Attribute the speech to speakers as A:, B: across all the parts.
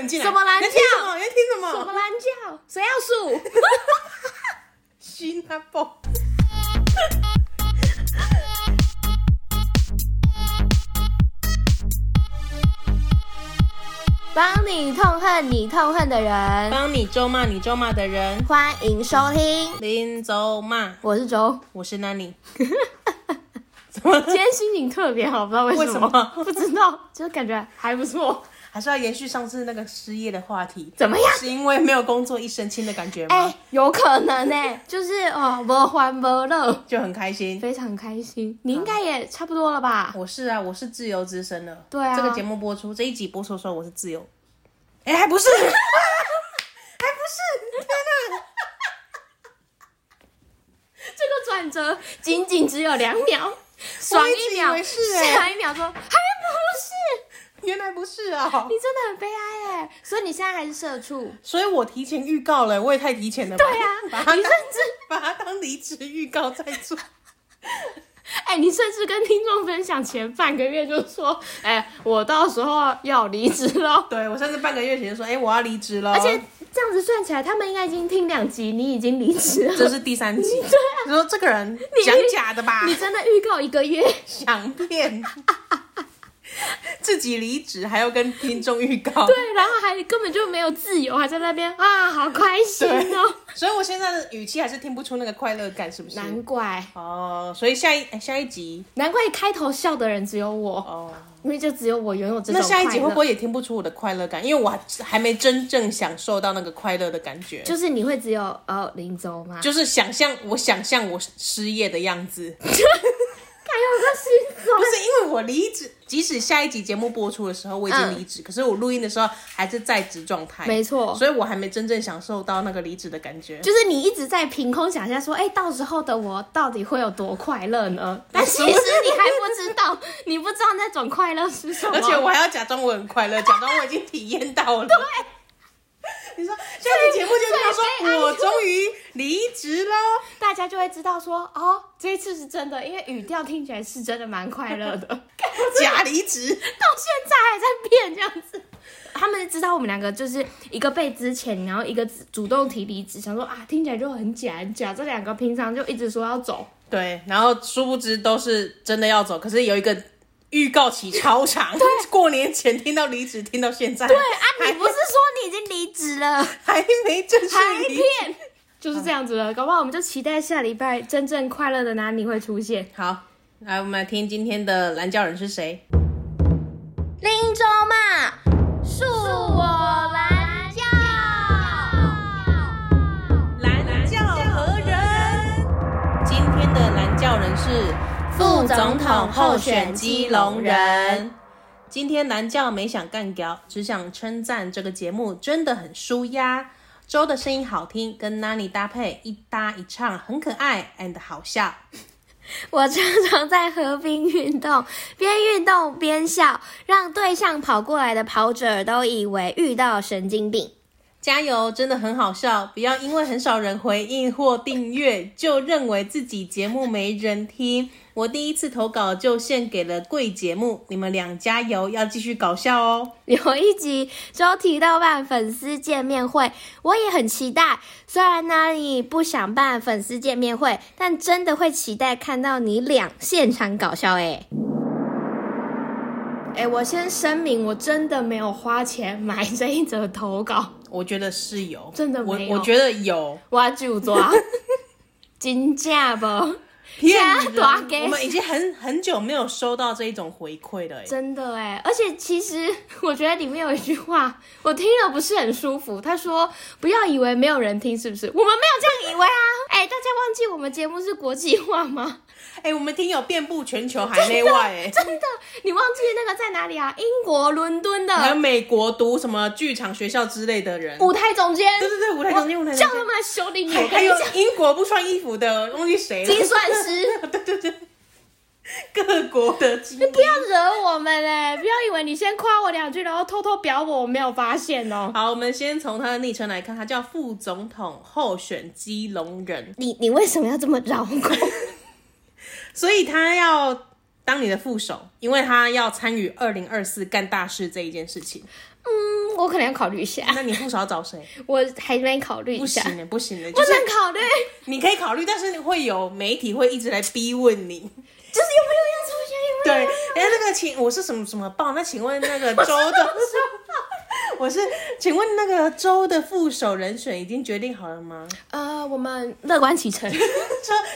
A: 你进来。
B: 什么蓝
A: 你在
B: 调
A: 听什么？你在听什
B: 什么
A: 么？
B: 蓝教？谁要数？
A: 新加坡。
B: 帮你痛恨你痛恨的人，
A: 帮你咒骂你咒骂的人，
B: 欢迎收听，
A: 林咒骂，
B: 我是周。
A: 我是 Nanny。怎么？
B: 今天心情特别好，不知 道为
A: 为
B: 什么，
A: 什么
B: 不知道，就感觉还不错。
A: 还是要延续上次那个失业的话题？
B: 怎么样？
A: 是因为没有工作一身轻的感觉
B: 哎、
A: 吗？
B: 有可能呢、就是哦，不欢不乐，
A: 就很开心。
B: 非常开心。你应该也差不多了吧？
A: 我是啊，我是自由之身了。
B: 对啊
A: 这个节目播出这一集播出的时候，我是自由。哎、还不 是，还不是，天哪！
B: 这个转折仅仅只有两秒，爽
A: 一直
B: 一秒
A: 以，为是哎
B: 下一秒说还不是，
A: 原来不是啊
B: 你，真的很悲哀哎、所以你现在还是社畜。
A: 所以我提前预告了，我也太提前了吧？
B: 对啊
A: 把它
B: 你
A: 当
B: 甚至
A: 把它当离职预告在做。
B: 哎、你甚至跟听众分享前半个月就说，哎、我到时候要离职了。
A: 对我甚至半个月前就说，哎、我要离职了，
B: 而且这样子算起来，他们应该已经听两集，你已经离职了。
A: 这是第 三集。对啊，你说这个人讲假的吧？
B: 啊你真的预告一个月，
A: 想骗， 自己离职还要跟听众预告。
B: 对，然后还根本就没有自由，还在那边啊，好开心哦！
A: 所以我现在的语气还是听不出那个快乐感，是不是？
B: 难怪，
A: 哦，所以下一哎下一集
B: 难怪开头笑的人只有我，
A: 哦，
B: 因为就只有我拥有这种
A: 那下一集
B: 快乐
A: 会不会也听不出我的快乐感？因为我还还没真正享受到那个快乐的感觉，
B: 就是你会只有呃林州 吗？
A: 就是想象我想象我失业的样子，不
B: 还有个新手，
A: 是因为我离职，即使下一集节目播出的时候我已经离职，可是我录音的时候还是在职状态，
B: 嗯没错
A: 所以我还没真正享受到那个离职的感觉。
B: 就是你一直在凭空想象说，哎、到时候的我到底会有多快乐 呢？但其实你还不知道，你不知道那种啊快乐是什么。
A: 而且我还要假装我很快乐，假装我已经体验到了。对，你说下期节目就
B: 最
A: 这
B: 悲哀
A: 样说，我终于离职喽。
B: 大家就会知道说，哦，这一次是真的，因为语调听起来是真的蛮快乐 的，到
A: 假离职，
B: 现在还在变这样子。他们知道我们两个就是一个被之前，然后一个主动提离职，想说啊，听起来就很假很假。这两个平常就一直说要走，
A: 对，然后殊不知都是真的要走，可是有一个预告期超长，过年前听到离职，听到现在，对
B: 对啊，你不是说你已经离职了，
A: 还没正式
B: 还
A: 离职。
B: 骗， 就是这样子了。搞不好我们就期待下礼拜真正快乐的男你会出现。
A: 好，来我们来听今天的蓝教人是谁？
B: 林州嘛，恕我蓝教。
A: 蓝教何人？今天的蓝教人是
B: 副总统候选基隆人。
A: 今天蓝教没想干掉，只想称赞这个节目真的很舒压。周的声音好听，跟 Nani 搭配一搭一唱，很可爱 and 好笑。
B: 我常常在河边运动，边运动边笑，让对象跑过来的跑者都以为遇到神经病。
A: 加油，真的很好笑！不要因为很少人回应或订阅，就认为自己节目没人听。我第一次投稿就献给了贵节目，你们俩加油，要继续搞笑哦！
B: 有一集周提到办粉丝见面会，我也很期待。虽然呢你不想办粉丝见面会，但真的会期待看到你俩现场搞笑哎、哎、我先声明，我真的没有花钱买这一则投稿。
A: 我觉得是有，
B: 真的
A: 我
B: 没有
A: 我觉得有
B: 我就 抓，真假不？
A: 骗
B: 现在大家
A: 人。我们已经很很久没有收到这一种回馈了、欸，
B: 真的哎，而且其实 我觉得里面有一句话，我听了不是很舒服。他说：“不要以为没有人听，是不是？我们没有这样以为啊！哎、大家忘记我们节目是国际化吗？
A: 哎、我们听友遍布全球海内外、欸，
B: 真的，你忘记那个在哪里啊？英国伦敦
A: 还 有
B: 的
A: 美国读什么剧场学校之类的人，
B: 舞台总监，
A: 对对对，舞台中心，舞台
B: 叫
A: 中
B: 他
A: 心，
B: 们来修理你！
A: 还
B: 我跟
A: 还
B: 你
A: 有
B: 讲，
A: 英国不穿衣服的，忘记谁了，
B: 精 算师，
A: 各国的精英
B: 不要惹我们嘞！不要以为你先夸我两句，然后偷偷表我，我没有发现哦。”
A: 好，我们先从他的昵称来看，他叫副总统候选基隆人，
B: 你你为什么要这么绕过？
A: 所以他要当你的副手，因为他要参与二零二四干大事这一件事情。
B: 嗯，嗯， 我可能要考虑一下，
A: 那你不少找 谁？
B: 我还没考虑一
A: 不
B: 下，
A: 行欸的，不行的，
B: 不
A: 就是
B: 能考虑，
A: 你可以考虑，但是会有媒体会一直来逼问 你。
B: 就是有没有要出现，有没有
A: 对，哎，那个请我是什么什么报？那请问那个州的， 我是请问那个州的副手人选已经决定好了吗？
B: 呃，我们乐观其 成。
A: 说，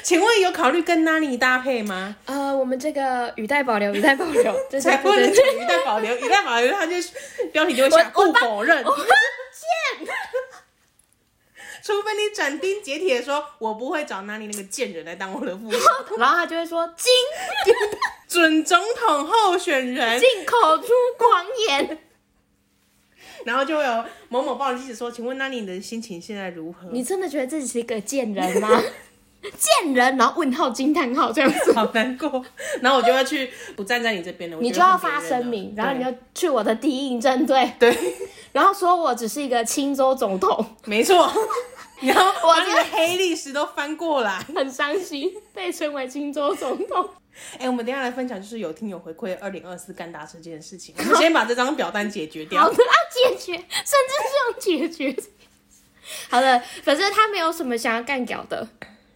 A: 请问有考虑跟 Nani 搭配吗？
B: 呃，我们这个语带保留，语带保 留，对
A: 才
B: 对
A: 不能
B: 对
A: 讲
B: 对，
A: 一旦保留，一旦保留，他就标题就会
B: 我
A: 写
B: 我
A: 不
B: 把
A: 否认。
B: 我贱，
A: 除非你斩钉截铁地说，我不会找 Nani 那个贱人来当我的副 手。
B: 然后他就会说进
A: 准总统候选 人，
B: 进口出狂言。
A: 然后就会有某某报记者说：“请问 Nani 你的心情现在如 何？”
B: 你真的觉得自己是一个贱人吗？ 贱人，然后问号惊叹号这样 子，
A: 好难过，然后我就要去不站在你这边了，我
B: 你
A: 就
B: 就要
A: 换别
B: 发
A: 人了
B: 声明，然后你
A: 对
B: 就去我的第一应征队，
A: 对，
B: 然后说我只是一个青州总 统，
A: 没 错，你要把
B: 真
A: 你
B: 的
A: 的黑历史都翻过来。
B: 很伤心，被称为青州总统。
A: 哎、我们等一下来分享，就是有听友回馈二零二四干大事这件事情，我们先把这张表单解决
B: 好
A: 掉。
B: 的，要解决，甚至是要解决。好的，反正他没有什么想要干掉的，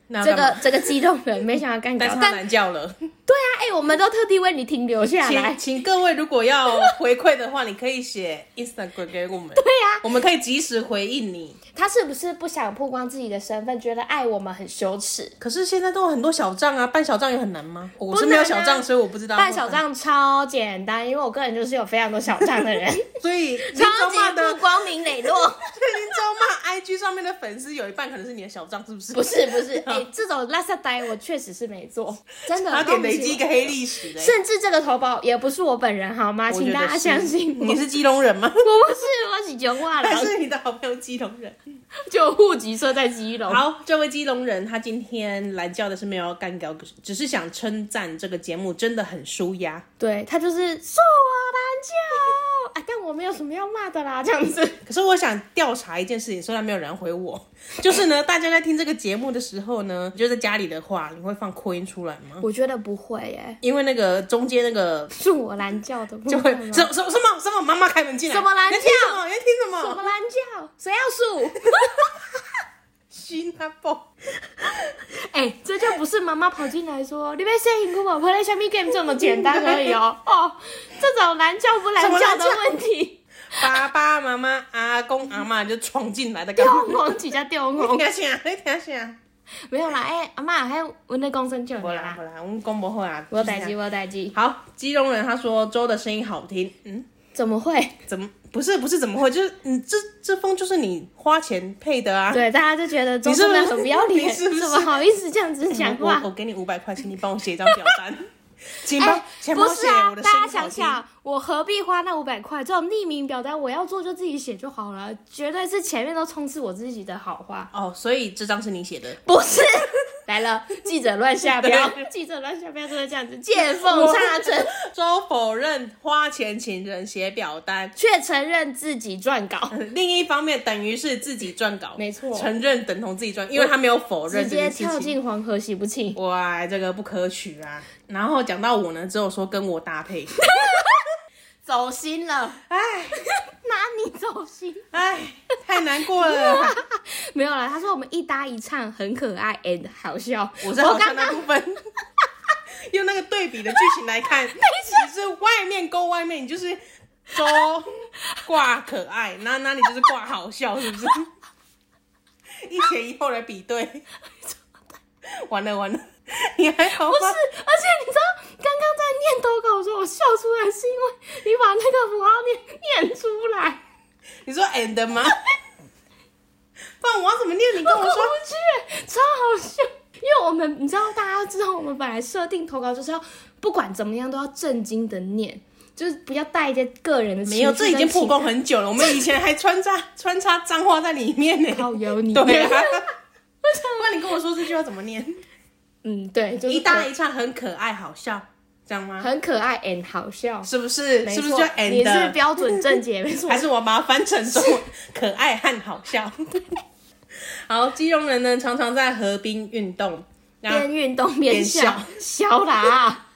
A: 那
B: 这
A: 要干
B: 个
A: 嘛，
B: 这个激动人没想要干掉
A: 但是，他
B: 但
A: 难叫了，
B: 对啊，哎、我们都特地为你停留下来
A: 请。请各位如果要回馈的话，你可以写 Instagram 给我们，
B: 对啊，
A: 我们可以及时回应你。
B: 他是不是不想曝光自己的身份，觉得爱我们很羞耻？
A: 可是现在都有很多小账啊，办小账也很难吗？我
B: 不
A: 是没有
B: 难啊
A: 小账，所以我不知道
B: 办小。账超简单，因为我个人就是有非常多小账的 人，
A: 所以林
B: 超
A: 中
B: 级
A: 骂的
B: 不光明磊落。
A: 林周骂 IG 上面的粉丝有一半可能是你的小账，是不是？
B: 不是不是，
A: 嗯
B: 哎、这种垃圾呆我确实是没做，真的。
A: 他
B: 对
A: 得
B: 不起
A: 累积一个黑历史的、欸。
B: 甚至这个投保也不是我本人，好吗？
A: 我觉
B: 请
A: 得
B: 大家
A: 是
B: 相信我。
A: 你是基隆人吗？
B: 我不是，我是九化
A: 还
B: 人，
A: 是你的好朋友基隆人？
B: 就户籍设在基隆。
A: 好，这位基隆人他今天来叫的是没有要干掉，只是想称赞这个节目真的很舒压。
B: 对他就是说我难叫，啊，但我没有什么要骂的 啦，这样子。
A: 可是我想调查一件事情，虽然没有人回我， 就是呢，大家在听这个节目的时候呢，就在家里的话，你会放扩音出来吗？
B: 我觉得不会耶，
A: 因为那个中间那个
B: 是我难叫的部
A: 就会
B: 分吗？
A: 什什什么什么妈妈开门进来，
B: 什么蓝
A: 你在听什么？你在听什
B: 什
A: 么？
B: 么难叫？谁要数？
A: 新加坡。
B: 哎、这就不是妈妈跑进来说你被摄影我婆来小米 game 这么简单而已 哦。哦，这种难叫不难叫的问题，
A: 爸爸妈妈、阿公阿妈就闯进来的感
B: 吊
A: 觉。
B: 红几家吊
A: 你
B: 红，
A: 听啥？你听啥？
B: 没有啦。哎、阿妈还有我那公声就
A: 不
B: 有
A: 啦
B: 啦
A: 不。啦，我们公不会啊。
B: 我
A: 就是
B: 待
A: 这
B: 机，
A: 样
B: 我待机，
A: 好，基隆人他说周的声音好听，嗯，
B: 怎么会？
A: 怎么不是不是怎么会？就是你这这风就是你花钱配的啊。
B: 对，大家就觉得中
A: 你是
B: 正
A: 不
B: 的
A: 是
B: 很不要 脸，
A: 你是不是
B: 怎么好意思这样子讲
A: 我
B: 话
A: 我？我给你五百块钱，请你帮我写一张表 单，请帮、
B: 哎、
A: 请帮
B: 不
A: 我写
B: 是啊
A: 我，的声
B: 大家
A: 音
B: 想
A: 好听。
B: 想，我何必花那五百块？这种匿名表单，我要做就自己写就好了，绝对是前面都充斥我自己的好话，
A: 哦，所以这张是你写的。
B: 不是。 来了，记者乱下标，
A: 对
B: 记者乱下标就会这样子，见缝 插针，
A: 周否认花钱请人写表单，
B: 却承认自己撰稿，
A: 另一方面等于是自己撰稿，
B: 没错
A: 承认等同自己撰，因为他没有否认
B: 直
A: 这
B: 接
A: 件事
B: 跳
A: 情。
B: 进黄河洗不清。
A: 哇，这个不可取啊！然后讲到我呢，只有说跟我搭配，
B: 走心了，
A: 哎
B: 哪里走心？
A: 哎，太难过了。
B: 没有啦，他说我们一搭一唱很可爱 and 好笑。
A: 我是好
B: 刚
A: 看
B: 刚
A: 那部分， 用那个对比的剧情来 看，你是外面勾外面，你就是周挂可爱，那那你就是挂好笑，是不是？ 一前一后来比对，完了完了，你还好吗
B: 不是，？而且你知道，刚刚在念投稿的时候，我笑出来是因为你把那个符号念念出来，
A: 你说 and 吗？不然我要怎么念？你跟
B: 我
A: 我
B: 过
A: 说。
B: 不去，超好笑。因为我们，你知道，大家知道我们本来设定投稿就是要不管怎么样都要正经的念，就是不要带一些个人的情绪
A: 没有，这已经
B: 跟情
A: 曝光很久了。我们以前还穿插 穿插脏话在里面呢。
B: 好有你
A: 对啊， 那你跟我说这句话怎么念？
B: 嗯，对，就是
A: 一搭一唱，很可爱，好笑，这样吗？
B: 很可爱 and 好笑，
A: 是不是？
B: 没
A: 是
B: 错
A: 不是就
B: 你是
A: and？
B: 标准正解，没 错
A: 还。是我把它翻成中文，可爱和好笑。 好，基隆人呢，常常在河滨运动，
B: 边
A: 让
B: 运动边
A: 边
B: 笑，笑啦、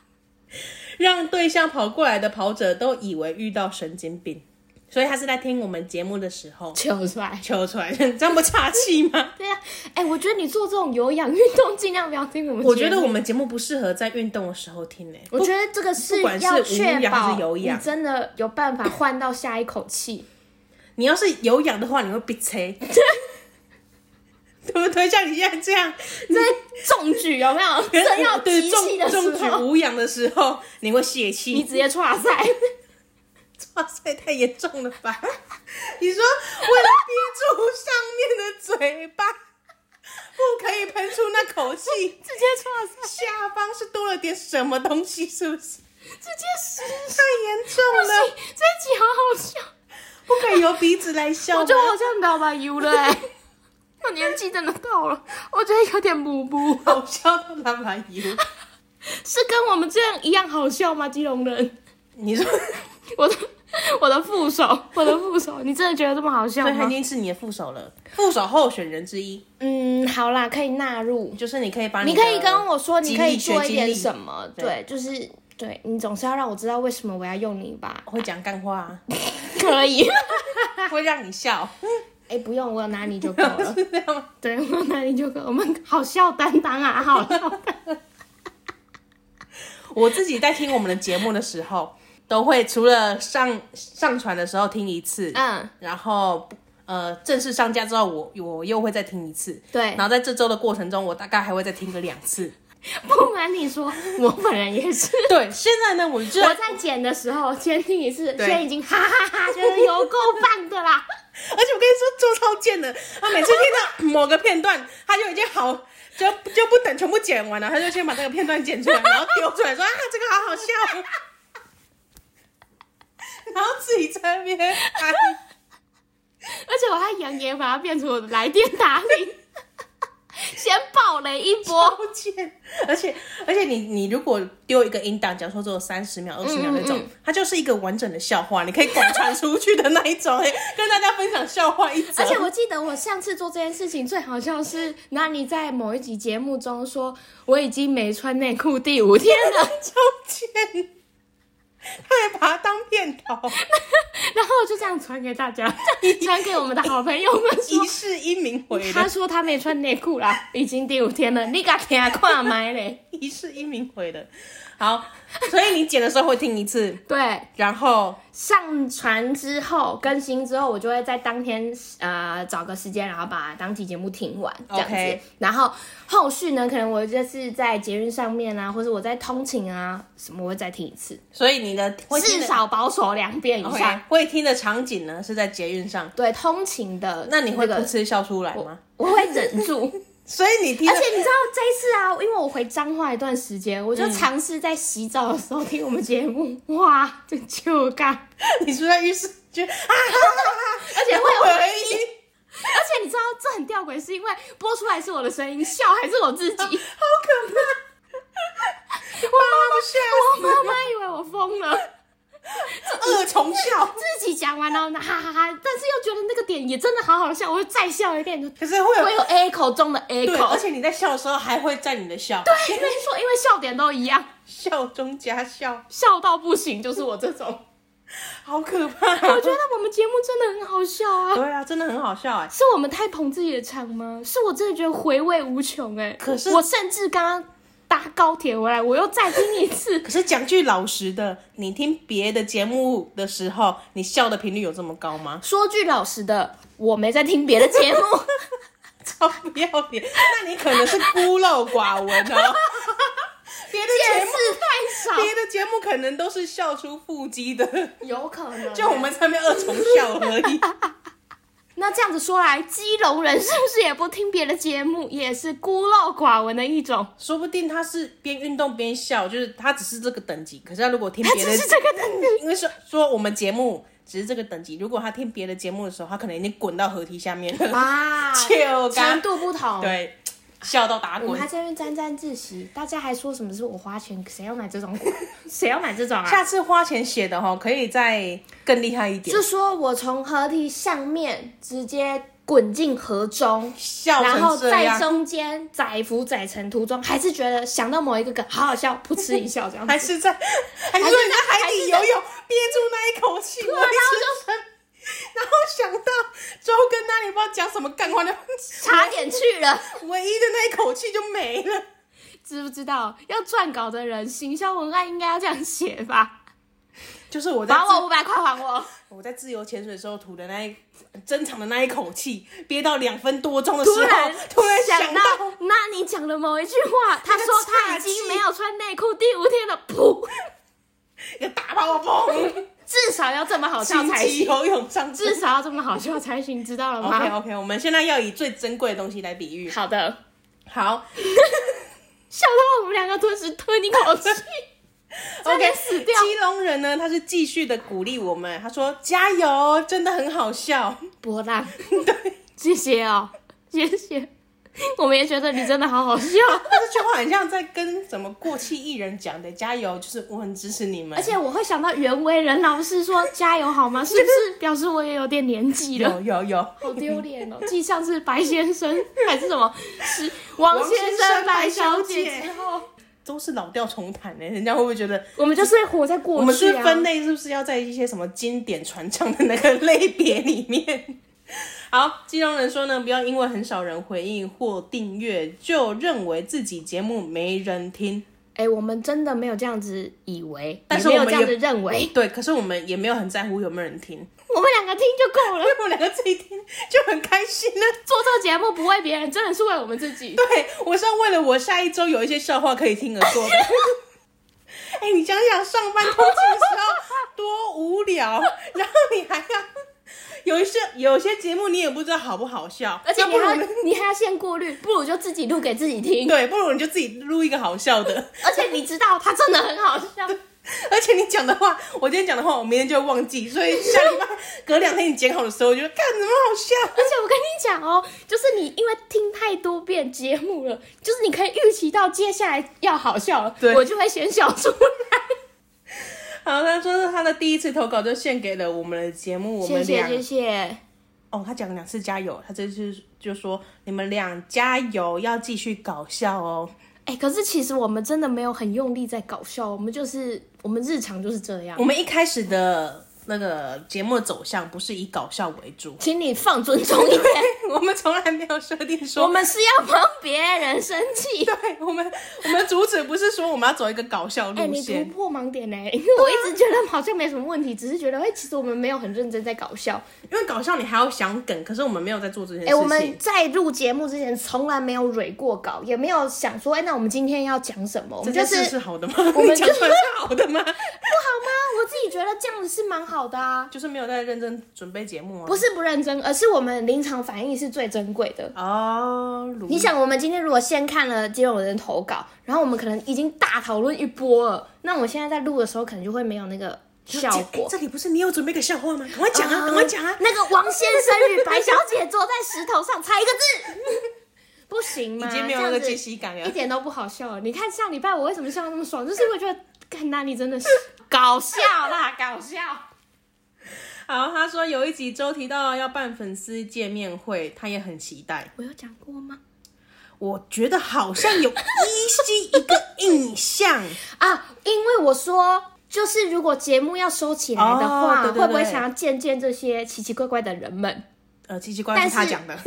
A: 让对象跑过来的跑者都以为遇到神经病。所以他是在听我们节目的时候
B: 求出来。
A: 求出来， 这样不岔气吗？
B: 对呀、哎、我觉得你做这种有氧运动，尽量不要 听我们。
A: 我觉得我，们节目不适合在运动的时候听呢、
B: 我觉得这个
A: 不管是
B: 要
A: 无
B: 确
A: 氧还
B: 保
A: 是有氧
B: 你真的有办法换到下一口 气。
A: 你要是有氧的话，你会憋车， 对不对？像你现在这样，
B: 在重举有没有？正要
A: 对
B: 集气
A: 重
B: 的
A: 重
B: 时
A: 举
B: 候，
A: 无氧的时候，你会泄气，
B: 你直接岔 赛。
A: 哇塞，太严重了吧！你说为了憋住上面的嘴巴，不可以喷出那口气，
B: 直接错赛，
A: 下方是多了点什么东西，是不是？
B: 直接失
A: 太严重
B: 不
A: 了，
B: 行，这一集好好笑，
A: 不可以由鼻子来笑
B: 我
A: 吗
B: 觉得我好像老板油了哎、我年纪真的到了，我觉得有点模糊，
A: 好笑到拉马 油。
B: 是跟我们这样一样好笑吗？基隆人，
A: 你说，
B: 我的我的副手，我的副手，你真的觉得这么好笑
A: 所以他已
B: 吗？
A: 经是你的副手了，副手候选人之一，
B: 嗯，好啦，可以纳入，
A: 就是你可以把
B: 你
A: 的
B: 可以跟我说，你可以
A: 经历
B: 做一点
A: 学经
B: 什
A: 历
B: 么，对，
A: 对
B: 就是对你总是要让我知道为什么我要用你吧？
A: 会讲干话啊、
B: 可以，
A: 会让你笑，
B: 哎、不用，我有拿你就够了。
A: 是这样吗？
B: 对，我有拿你就够，我们好笑担当啊，好笑 担当。
A: 我自己在听我们的节目的时候，都会除了上上传的时候听一次，
B: 嗯，
A: 然后呃正式上架之后我，我又会再听一次。
B: 对
A: 然。后在这周的过程中，我大概还会再听个两次。
B: 不瞒你说，我本人也是。
A: 对，现在呢， 我就
B: 我在剪的时候先听一次，
A: 对
B: 现在已经哈哈哈觉得有够棒的啦。
A: 而且我跟你说，周超贱的，他每次听到某个片段，他就已经好就就不等全部剪完了，他就先把这个片段剪出来，然后丢出来说啊，这个好好笑， 然后自己在那边嗨。
B: 而且我还扬言把它变成我的来电打铃，先暴雷一波。
A: 抱歉，而且而且你你如果丢一个音档，假如说只有三十秒、二十秒那种，
B: 嗯嗯
A: 它就是一个完整的笑话，你可以广传出去的那一种， 哎跟大家分享笑话一则。
B: 而且我记得我上次做这件事情最好笑是，那你在某一集节目中说我已经没穿内裤第五天了，
A: 超贱，他还把它当片头，
B: 然后我就这样传给大家，传给我们的好朋友 们说
A: 一世英名毁
B: 他
A: 了，
B: 说他没穿内裤啦，已经第五天了，你敢听看麦嘞？
A: 一世英名毁了。好，所以你剪的时候会听一次，
B: 对，
A: 然后
B: 上传之后更新之后，我就会在当天呃找个时间，然后把当期节目听完这样子。
A: OK
B: 然后后续呢，可能我就是在捷运上面啊，或者我在通勤啊什么，我会再听一次，
A: 所以你的会听
B: 至
A: 的
B: 少保守两遍以
A: OK，
B: 上。
A: 会听的场景呢是在捷运上，
B: 对，通勤的、
A: 那你会
B: 个
A: 噗嗤笑出来吗？
B: 我会 忍住，而
A: 所以你听的，
B: 且你知道这一次啊，因为我回彰化一段时间，
A: 嗯
B: 我就尝试在洗澡的时候听我们节目，哇，这就干，
A: 你是不是在浴室就啊
B: 而且会有
A: 回音，
B: 而且你知道这很吊诡，是因为播出来是我的声音，笑还是我自 己。我
A: 好可怕！我妈
B: 妈妈以为我疯了，
A: 吓死，二重笑。
B: 自己讲完然后呢哈哈哈，但是又觉得那个点也真的好好笑，我就再笑一遍，就
A: 可是会有
B: 会有 echo 中的
A: 对，而
B: echo。
A: 且你在笑的时候还会在你的笑，
B: 对，没错， 因为笑点都一样，
A: 笑中加笑，
B: 笑到不行就是我这种。
A: 好可怕！
B: 我觉得我们节目真的很好笑啊，
A: 对啊，真的很好笑哎。
B: 是我们太捧自己的场吗？是我真的觉得回味无穷哎、
A: 可是
B: 我甚至刚刚搭高铁回来，我又再听一次。
A: 可是讲句老实的，你听别的节目的时候，你笑的频率有这么高吗？
B: 说句老实的，我没在听别的节 目，
A: 超不要脸！那你可能是孤陋寡闻 哦。别的节
B: 见识
A: 目，
B: 太
A: 别的节目可能都是笑出腹肌的，
B: 少，有可能。
A: 就我们上面二重笑而已。
B: 那这样子说来，基隆人是不是也不听别的节目，也是孤陋寡闻的一种？
A: 说不定他是边运动边笑，就是他只是这个等级。可是他如果听
B: 他
A: 别
B: 只
A: 的，
B: 是这个能力。
A: 因为说说我们节目只是这个等级，如果他听别的节目的时候，他可能已经滚到河堤下面了，
B: 哇，
A: 就
B: 程
A: 刚
B: 啊度不同。，
A: 对，笑到打
B: 我们
A: 滚
B: 还。在那边沾沾自喜，大家还说什么是我花钱，谁要买这 种？谁要买这种啊？
A: 下次花钱写的哈，可以再更厉害一点
B: 就，说我从河堤上面直接滚进河中。
A: 笑
B: 然后
A: 成这
B: 在
A: 样，
B: 中间载浮载沉途中，还是觉得想到某一个梗，好好笑，噗嗤一笑这样子。
A: 还是在，还是说
B: 还是
A: 你
B: 在啊
A: 在海
B: 还是
A: 底
B: 在
A: 游泳憋住那一口气，我一
B: 然后
A: 直啊然后想到周跟那里不知道讲什么干话，就
B: 差点去了。
A: 唯一的那一口气就没了。
B: 知不知道要撰稿的人，行销文案应该要这样写 吧？
A: 就是我在
B: 还我
A: 自
B: 五百块，还我！
A: 我在自由潜水时候吐的那一争吵的那一口气，憋到两分多钟的时
B: 突
A: 候，
B: 然
A: 突然
B: 想
A: 到，
B: 那你讲的某一句话，他说他已经没有穿内裤第五天了，噗！
A: 一个大炮 砰，
B: 至少要这么好笑
A: 紧
B: 才
A: 急
B: 行，
A: 游泳上去。
B: 至少要这么好笑才行，知道了
A: OK
B: 吗？
A: OK，我们现在要以最珍贵的东西来比喻。
B: 好的，
A: 好
B: 笑到我们两个顿时吞一口 气，差
A: ，OK，
B: 点死掉。
A: 基隆人呢，他是继续的鼓励我们，他说加油，真的很好笑。
B: 波浪，
A: 对，
B: 谢谢哦，谢谢。 我们也觉得你真的好好笑，
A: 他这句话很像在跟什么过气艺人讲的，加油，就是我很支持你们。
B: 而且我会想到袁惟仁老师说加油好 吗？是不是表示我也有点年纪了？
A: 有有有，
B: 好丢脸哦！继上次白先生还是什么是 王
A: 王先
B: 先
A: 生
B: 生、
A: 白
B: 白
A: 小
B: 小
A: 姐
B: 姐之后，
A: 都是老调重弹呢，人家会不会觉得？
B: 我们就是活在过去、啊。
A: 我们是分类，是不是要在一些什么经典传唱的那个类别里面？ 好，金融人说呢，不要因为很少人回应或订阅，就认为自己节目没人听。
B: 哎、我们真的没有这样子以为，
A: 但是
B: 也没
A: 我
B: 有
A: 们也
B: 这样子认为，
A: 对，可是我们也没有很在乎有没有人听，
B: 我们两个听就够了
A: 因。为我们两个自己听就很开心啊了。
B: 做这个节目不为别人，真的是为我们自己。
A: 对，我是要为了我下一周有一些笑话可以听而做的。 哎、你想想上班通勤的时候多无聊， 然后你还要有一些有些节目你也不知道好不好笑，
B: 而且
A: 那
B: 你
A: 不如
B: 还要你还要先过滤，不如就自己录给自己听。
A: 对，不如你就自己录一个好笑的。
B: 而且你知道，他真的很好 笑。
A: 而且你讲的话，我今天讲的话，我明天就会忘记，所以下礼拜隔两天你剪好的时候，我就看怎么好笑。
B: 而且我跟你讲哦，就是你因为听太多遍节目了，就是你可以预期到接下来要好笑了，
A: 对
B: 我就会先笑出来。
A: 好，他说是他的第一次投稿就献给了我们的节目，我们两
B: 谢，
A: 哦，他讲了两次加油，他这次就说你们俩加油，要继续搞笑哦。
B: 哎、可是其实我们真的没有很用力在搞笑，我们就是我们日常就是这样，
A: 我，们一开始的那个节目走向不是以搞笑为主
B: 请你放尊重一点，
A: 我们从来没有设定
B: 我
A: 说。
B: 们是要帮别人生 气。
A: 对我们，我们主旨不是说我们要走一个搞笑
B: 哎、
A: 路
B: 你突
A: 线，
B: 破盲点呢、因为我一直觉得好像没什么问题，只是觉得哎、其实我们没有很认真在搞笑。
A: 因为搞笑你还要想梗，可是我们没有在做这件
B: 哎、
A: 事情。
B: 我们在录节目之前从来没有蕊过稿，也没有想说，哎、那我们今天要讲什么？我
A: 这
B: 们就
A: 件
B: 是
A: 事是好的吗？
B: 我 们
A: 你讲
B: 就是
A: 出来是好的吗？
B: 不好吗？我自己觉得这样子是蛮好的啊，
A: 就是没有在认真准备节目啊。
B: 不是不认真，而是我们临场反应是最珍贵的。
A: 哦，如
B: 你想，我们今天如果先看了接龙人的投稿，然后我们可能已经大讨论一波了，那我们现在在录的时候可能就会没有那个效
A: 哎
B: 果。
A: 这里不是你有准备个笑话吗？赶快讲啊，赶快讲啊！
B: 那个王先生与白小姐坐在石头上，猜一个字， 不行吗？
A: 已经没有那
B: 这样
A: 个
B: 子
A: 惊喜感了
B: 一。点都不好笑了。你看上礼拜我为什么笑得那么爽，就是因为我觉得看那里真 的是搞笑啦，搞笑。
A: 好，他说有一集周提到要办粉丝见面会，他也很期待。
B: 我有讲过吗？
A: 我觉得好像有依稀一个印象，
B: 啊，因为我说。就是如果节目要收起来的
A: 哦
B: 话，
A: 对对对
B: 会不会想要见见这些奇奇怪怪的人们？
A: 呃，奇奇怪怪是他
B: 但是
A: 讲的。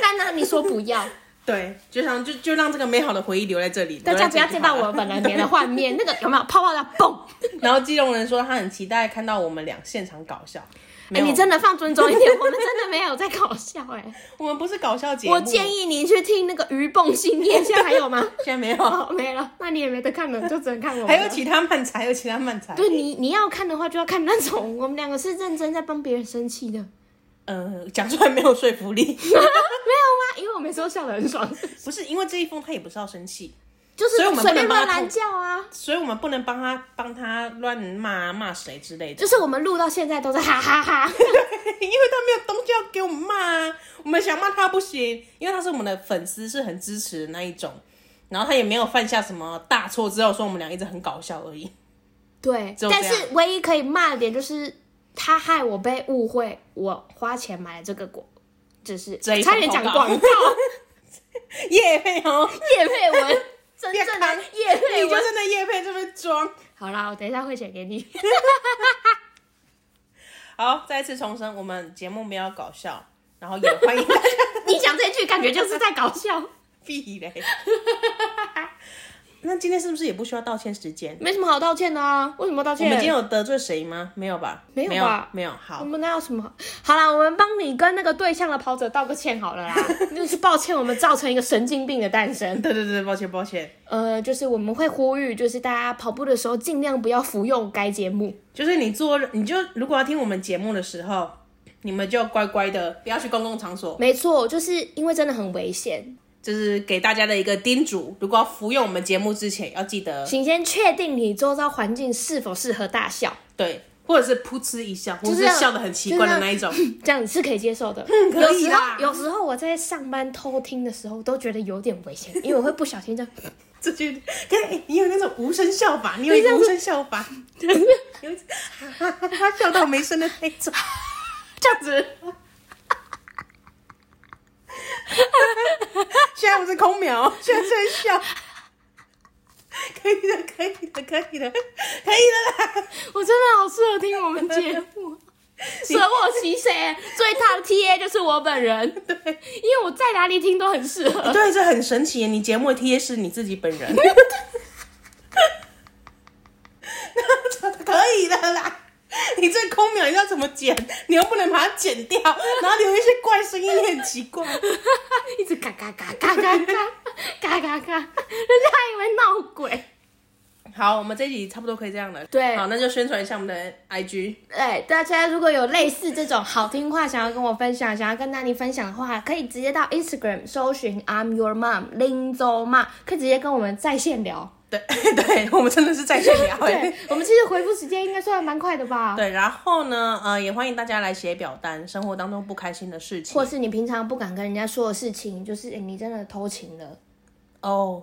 B: 但呢，你说不要，
A: 对，就想就就让这个美好的回忆留在这里，
B: 大家不
A: 留在这
B: 要见
A: 里就
B: 到
A: 好了
B: 我本人脸的画面，那个有没有泡泡的蹦？
A: 然后基隆人说他很期待看到我们俩现场搞笑，没
B: 哎，
A: 有，
B: 你真的放尊重一点，我们真的没有在搞笑哎、
A: 我们不是搞笑节目，
B: 我建议你去听那个鱼蹦信念，现在还 有吗？
A: 现在没有，
B: 哦，没了，那你也没得看了，就只能看我们了。
A: 还有其他漫才，还有其他漫才，
B: 对你，你要看的话就要看那种，我们两个是认真在帮别人生 气的，
A: 呃，讲出来没有说服力，
B: 没有啊吗？因为我每次都笑得很爽，
A: 不是因为这一封他也不是要生气，
B: 就是
A: 所以我们不
B: 随
A: 能
B: 便
A: 帮
B: 乱
A: 他
B: 拦
A: 吐
B: 叫啊，
A: 所以我们不能帮他帮他乱骂骂谁之类的，
B: 就是我们录到现在都在哈哈哈
A: 因为他没有东西要给我们骂啊，我们想骂他不行，因为他是我们的粉丝，是很支持的那一种，然后他也没有犯下什么大错，只有说我们俩一直很搞笑而已。
B: 对，
A: 只有这
B: 但
A: 样
B: 是唯一可以骂的点就是他害我被误会，我花钱买了这个果，就是
A: 这一
B: 差点
A: 份
B: 讲
A: 报告
B: 广告
A: 叶佩哦，
B: 叶佩文，真正的叶佩
A: 你就
B: 文。
A: 是那叶佩这边装。
B: 好啦，我等一下会写给你。
A: 好，再次重申，我们节目没有搞笑，然后也欢迎大家
B: 你讲这句感觉就是在搞笑，
A: 避雷。那今天是不是也不需要道歉时间？
B: 没什么好道歉的啊。为什么要道
A: 我
B: 歉？
A: 们今天有得罪谁吗？没有吧？
B: 没有
A: 没有
B: 吧，
A: 没有。
B: 我
A: 好，
B: 们哪有什么？好啦，我们帮你跟那个对象的跑者道个歉 好了啦，就是抱歉，我们造成一个神经病的诞生。
A: 对对对，抱歉抱歉，
B: 呃，就是我们会呼吁，就是大家跑步的时候尽量不要服用该节目。
A: 就是你做，你就如果要听我们节目的时候，你们就乖乖的，不要去公共场所，
B: 没错，就是因为真的很危险，
A: 就是给大家的一个叮嘱。如果要服用我们节目之前，要记得
B: 请先确定你周遭环境是否适合大笑，
A: 对，或者是噗嗤一笑，或者
B: 就是
A: 是笑的很奇怪的那一种。 嗯
B: 这样是可以接受的。
A: 可
B: 有
A: 以
B: 时
A: 啦
B: 候，有时候我在上班偷听的时候，都觉得有点危险，因为我会不小 心这样。
A: 这就跟、欸你有那种无声笑法，你有一个无声笑法，有一种哈哈哈笑到没声的哎那种， 这样子。 现在不是空秒，现在是在笑。可以的，可以的，可以的，可以的啦！
B: 我真的好适合听我们节 目，舍我其谁，最大的 TA 就是我本人，对，因为我在哪里听都很适合。
A: 对，这很神奇耶，你节目的贴是你自己本 人。可以的啦，你这空秒你知道怎么剪？你又不能把它剪掉，然后留一些怪声音，也很奇怪。
B: 一直嘎嘎嘎嘎嘎嘎嘎嘎嘎， 人家还以为闹鬼。
A: 好，我们这一集差不多可以这样了。
B: 对
A: 好，那就宣传一下我们的 IG。
B: 对，哎大家如果有类似这种好听话想要跟我分享，想要跟丹尼分享的话，可以直接到 Instagram 搜寻 I'm Your Mom 林州妈，可以直接跟我们在线聊。
A: 对 对，我们真的是在线聊
B: 对
A: 欸。，
B: 我们其实回复时间应该算蛮快的 吧？
A: 对，然后呢，呃，也欢迎大家来写表单，生活当中不开心的事情
B: 或。是你平常不敢跟人家说的事情，就是、诶你真的偷情了，
A: 哦，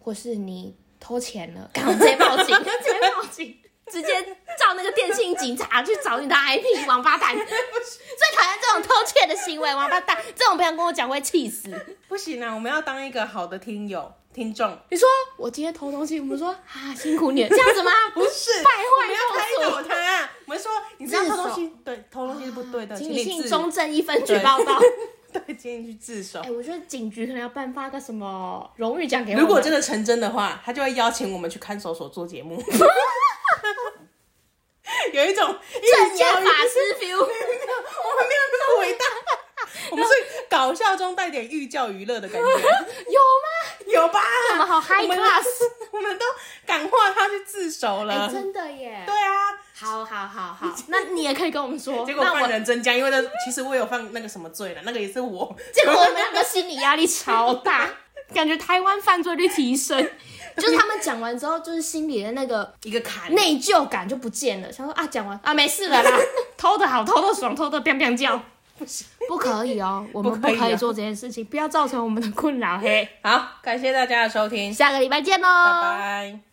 B: 或是你偷钱 了，赶快直接报警，直接报警，直接照那个电信警察去找你的 IP，王八 蛋！最讨厌这种偷窃的行为，王八蛋！这种朋友跟我讲会气死。
A: 不行啊，我们要当一个好的听友听 众。
B: 你说我今天偷东西，我们说啊辛苦你了，这样 子吗？
A: 不是，
B: 败
A: 我
B: 坏
A: 们
B: 教
A: 要
B: 唆
A: 开导他。我们说，你这样偷东西，对，偷东西是不对的，
B: 请
A: 请
B: 你
A: 你
B: 信
A: 自
B: 啊中正一分举
A: 对
B: 报 到。
A: 对，请你去自首
B: 哎、。我觉得警局可能要颁发个什么荣誉奖给我们。
A: 如果真的成真的话，他就会邀请我们去看守所做节 目。 有一种
B: 正
A: 一
B: 念
A: 劳
B: 法师 feel。
A: 我们没有那么伟大，我们是搞笑中带点寓教于乐的感觉，
B: 有吗？
A: 有吧？
B: 我们好 high
A: 我们
B: class
A: 我们都感化他去自首
B: 哎、
A: 了。
B: 真的耶！
A: 对啊，
B: 好好 好好，那你也可以跟我们说。
A: 结果
B: 那我
A: 犯人增加，因为那其实我有犯那个什么罪了，那个也是 我。
B: 结果我们两个心理压力超大，感觉台湾犯罪率 提升。就是他们讲完之后，就是心里的那个
A: 一个坎，
B: 内疚感就不见了，想说啊，讲完啊，没事 了啦，偷的好，偷的爽，偷的 biang biang 叫。
A: 不行。
B: 不可以哦，我们
A: 不可
B: 不
A: 以啊
B: 可以做这件事情，不要造成我们的困扰嘿。
A: 好，感谢大家的收听，
B: 下个礼拜见喽，
A: 拜拜。